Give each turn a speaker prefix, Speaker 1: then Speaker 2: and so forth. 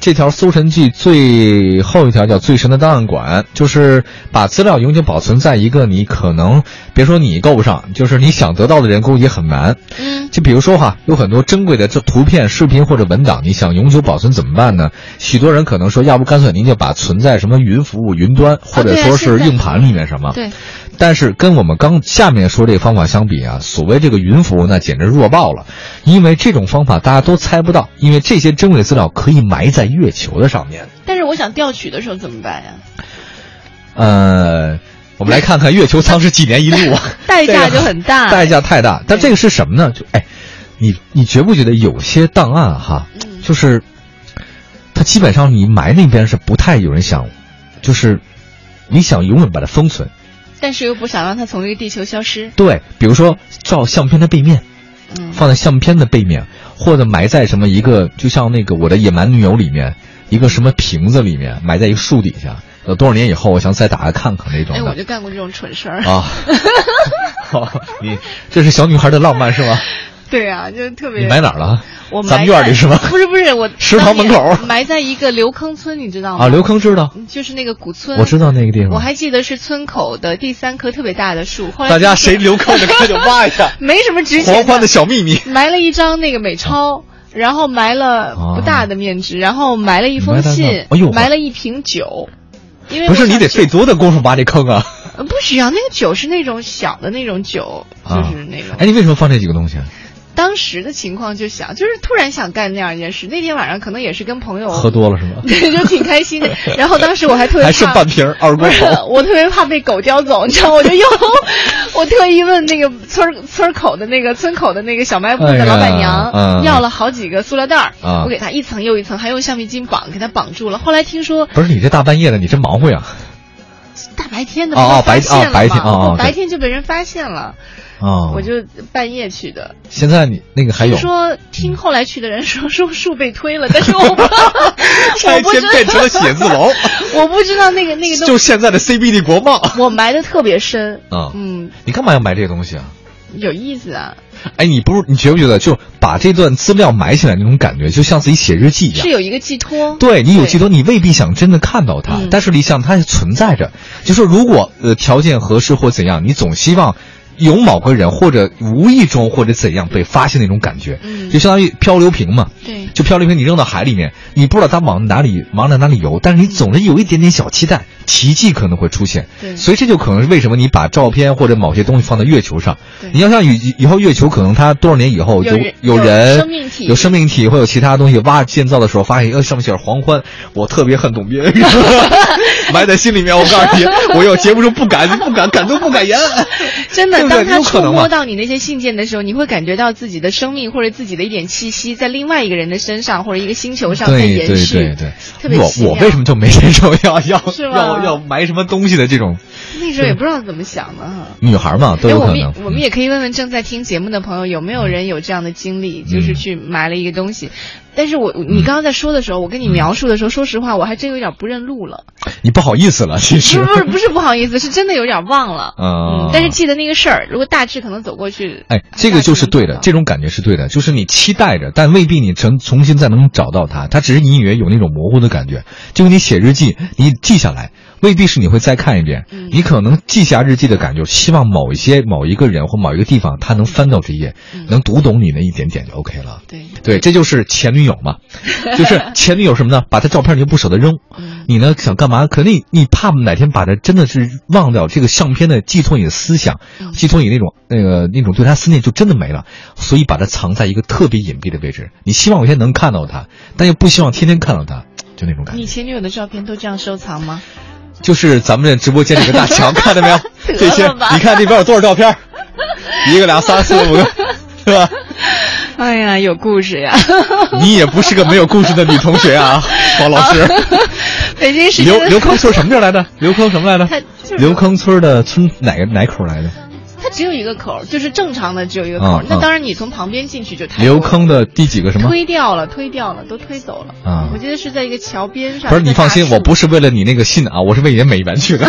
Speaker 1: 这条《搜神记》最后一条叫“最神的档案馆”，就是把资料永久保存在一个你可能别说你够不上，就是你想得到的人工也很难。
Speaker 2: 嗯，
Speaker 1: 就比如说哈，有很多珍贵的这图片、视频或者文档，你想永久保存怎么办呢？许多人可能说，要不干脆您就把存在什么云服务、云端，或者
Speaker 2: 对啊
Speaker 1: 说是
Speaker 2: 现在
Speaker 1: 硬盘里面什么。
Speaker 2: 对，
Speaker 1: 但是跟我们刚下面说这个方法相比啊，所谓这个云服务那简直弱爆了，因为这种方法大家都猜不到，因为这些珍贵资料可以埋在月球的上面。
Speaker 2: 但是我想调取的时候怎么办呀？
Speaker 1: 呃，我们来看看月球舱是几年一度啊，
Speaker 2: 代价就很
Speaker 1: 这
Speaker 2: 大。
Speaker 1: 个代价太大。但这个是什么呢？就哎，你你觉不觉得有些档案哈，
Speaker 2: 嗯
Speaker 1: 就是它基本上你埋那边是不太有人想，就是你想永远把它封存。
Speaker 2: 但是又不想让它从这个地球消失。
Speaker 1: 对，比如说照相片的背面。
Speaker 2: 嗯，
Speaker 1: 放在相片的背面，或者埋在什么一个，就像那个我的野蛮女友里面，一个什么瓶子里面，埋在一个树底下。有多少年以后，我想再打开看看那种
Speaker 2: 哎，我
Speaker 1: 的、
Speaker 2: 就干过这种蠢事儿。
Speaker 1: 啊。哦你这是小女孩的浪漫是吗？
Speaker 2: 对啊，就特别。
Speaker 1: 你埋哪儿了？
Speaker 2: 我埋
Speaker 1: 咱们院儿里是吗？
Speaker 2: 不是不是，我
Speaker 1: 食堂门口
Speaker 2: 埋在一个刘坑村，你知道吗？
Speaker 1: 啊，刘坑知道，
Speaker 2: 就是那个古村，
Speaker 1: 我知道那个地方。
Speaker 2: 我还记得是村口的第三棵特别大的树，后来
Speaker 1: 大家谁刘坑的，快点挖一 下
Speaker 2: 没什么值
Speaker 1: 黄
Speaker 2: 钱
Speaker 1: 欢的啊小秘密。
Speaker 2: 埋了一张那个美钞，然后埋了不大的面值，然后埋了一封
Speaker 1: 埋
Speaker 2: 信
Speaker 1: 了，那哎呦
Speaker 2: 埋了一瓶酒，因为
Speaker 1: 不是你得费
Speaker 2: 最
Speaker 1: 多大功夫挖这坑啊？
Speaker 2: 呃不需要那个酒是那种小的那种酒，就
Speaker 1: 啊
Speaker 2: 是那种。
Speaker 1: 哎，你为什么放这几个东西？
Speaker 2: 当时的情况就想，就是突然想干那样一件事。那天晚上可能也是跟朋友
Speaker 1: 喝，多了是吗？
Speaker 2: 对，就挺开 心的。然后当时我还特别
Speaker 1: 还剩
Speaker 2: 怕
Speaker 1: 半瓶儿二锅
Speaker 2: 不是
Speaker 1: 头。，
Speaker 2: 我特别怕被狗叼走，你知道，我就又，我特意问那个村儿村儿口的那个村口的那个小卖部
Speaker 1: 哎呀
Speaker 2: 的老板娘、
Speaker 1: 嗯
Speaker 2: 要了好几个塑料袋儿、
Speaker 1: 啊
Speaker 2: 我给她一层又一层，还用橡皮筋绑给她绑住了。后来听说
Speaker 1: 不是你这大半夜的，你真忙活呀？
Speaker 2: 大白天的
Speaker 1: 哦哦
Speaker 2: 被人发现了嘛
Speaker 1: 白哦白天哦哦
Speaker 2: 我
Speaker 1: 对
Speaker 2: 白天就被人发现了，
Speaker 1: 啊，
Speaker 2: 我就半夜去的。
Speaker 1: 现在你那个还有
Speaker 2: 听说听后来去的人说说树被推 了，但是我不我不知道，
Speaker 1: 了写字楼，
Speaker 2: 我不知道那个那个东
Speaker 1: 就现在的 CBD 国贸。
Speaker 2: 我埋的特别深，
Speaker 1: 啊
Speaker 2: 嗯，
Speaker 1: 你干嘛要买这个东西啊？
Speaker 2: 有意思啊。
Speaker 1: 哎，你不是你觉不觉得，就把这段资料埋起来那种感觉，就像自己写日记一
Speaker 2: 是
Speaker 1: 样。
Speaker 2: 有一个寄托，
Speaker 1: 对你有寄托，你未必想真的看到它，
Speaker 2: 嗯
Speaker 1: 但是你想它存在着。就说如果呃条件合适或怎样，你总希望有某个人或者无意中或者怎样被发现那种感觉，
Speaker 2: 嗯
Speaker 1: 就相当于漂流瓶嘛。
Speaker 2: 对，
Speaker 1: 就漂流瓶你扔到海里面，你不知道它往哪里往哪哪里游，但是你总是有一点点小期待，奇迹可能会出现。
Speaker 2: 对
Speaker 1: 所以这就可能是为什么你把照片或者某些东西放在月球上
Speaker 2: 对。
Speaker 1: 你要像以以后月球可能它多少年以后
Speaker 2: 有
Speaker 1: 有
Speaker 2: 人
Speaker 1: 有
Speaker 2: 有
Speaker 1: 人
Speaker 2: 生命体
Speaker 1: 有生命体会有其他东西挖建造的时候发现，呃，上面写着黄欢，我特别恨董 斌，埋在心里面。我告诉你，我又结不住，不敢不敢敢怒不敢 言。
Speaker 2: 真的，
Speaker 1: 对不对
Speaker 2: 当他
Speaker 1: 有可
Speaker 2: 触
Speaker 1: 能
Speaker 2: 摸
Speaker 1: 吗
Speaker 2: 到你那些信件的时候，你会感觉到自己的生命或者自己的一点气息在另外一个人的身上或者一个星球上在
Speaker 1: 对
Speaker 2: 延
Speaker 1: 对
Speaker 2: 续，
Speaker 1: 对对，
Speaker 2: 特别奇
Speaker 1: 我
Speaker 2: 妙
Speaker 1: 我为什么就没这种要要
Speaker 2: 是吗
Speaker 1: 要要埋什么东西的这种
Speaker 2: 那时候也不知道怎么想的哈。
Speaker 1: 女孩嘛，都
Speaker 2: 哎，
Speaker 1: 有
Speaker 2: 我
Speaker 1: 可
Speaker 2: 们
Speaker 1: 能嗯
Speaker 2: 也。我们也可以问问正在听节目的朋友，有没有人有这样的经历，
Speaker 1: 嗯
Speaker 2: 就是去埋了一个东西。但是我你刚刚在说的时候，我跟你描述的时候，说实话，我还真有点不认路了。
Speaker 1: 你不好意思了，其
Speaker 2: 不是
Speaker 1: 实
Speaker 2: 不是不是不好意思，是真的有点忘了。
Speaker 1: 啊
Speaker 2: 嗯，但是记得那个事儿，如果大致可能走过去，
Speaker 1: 哎，这个就是对的，
Speaker 2: 大致能知道
Speaker 1: 这种感觉是对的，就是你期待着，但未必你重重新再能找到它，它只是隐隐约有那种模糊的感觉，就跟你写日记，你记下来，未必是你会再看一遍，
Speaker 2: 嗯
Speaker 1: 你可能记下日记的感觉，希望某一些某一个人或某一个地方，他能翻到这一页，
Speaker 2: 嗯
Speaker 1: 能读懂你那一点点就 OK 了。
Speaker 2: 对，
Speaker 1: 对，这就是前女友嘛，就是前女友什么呢？把她照片你就不舍得扔，
Speaker 2: 嗯
Speaker 1: 你呢想干嘛？可能你你怕哪天把它真的是忘掉，这个相片的寄托你的思想，
Speaker 2: 嗯
Speaker 1: 寄托你那种那个那种对他思念就真的没了，所以把它藏在一个特别隐蔽的位置。你希望有一天能看到它，但又不希望天天看到它，就那种感
Speaker 2: 你
Speaker 1: 觉。
Speaker 2: 前女友的照片都这样收藏吗？
Speaker 1: 就是咱们这直播间里个大墙，看到没有？这些
Speaker 2: 得了吧
Speaker 1: 你看这边有多少照 片？一个、俩、仨、四、五个，是吧？
Speaker 2: 哎呀，有故事 呀！
Speaker 1: 你也不是个没有故事的女同学啊，黄老师。
Speaker 2: 北京时
Speaker 1: 刘
Speaker 2: 间
Speaker 1: 刘坑村什么地儿来的？刘坑什么来
Speaker 2: 它
Speaker 1: 的
Speaker 2: 就是？
Speaker 1: 刘坑村的村哪个哪口来的？
Speaker 2: 它只有一个口儿，就是正常的只有一个口儿。
Speaker 1: 嗯
Speaker 2: 那
Speaker 1: 嗯
Speaker 2: 当然，你从旁边进去就太多了
Speaker 1: 刘坑的第几个什么？
Speaker 2: 推掉了，推掉了，都推走了。
Speaker 1: 啊
Speaker 2: 我记得是在一个桥边上。
Speaker 1: 不是你放心，我不
Speaker 2: 是。
Speaker 1: 是为了你那个信啊，我是为你的美元去的。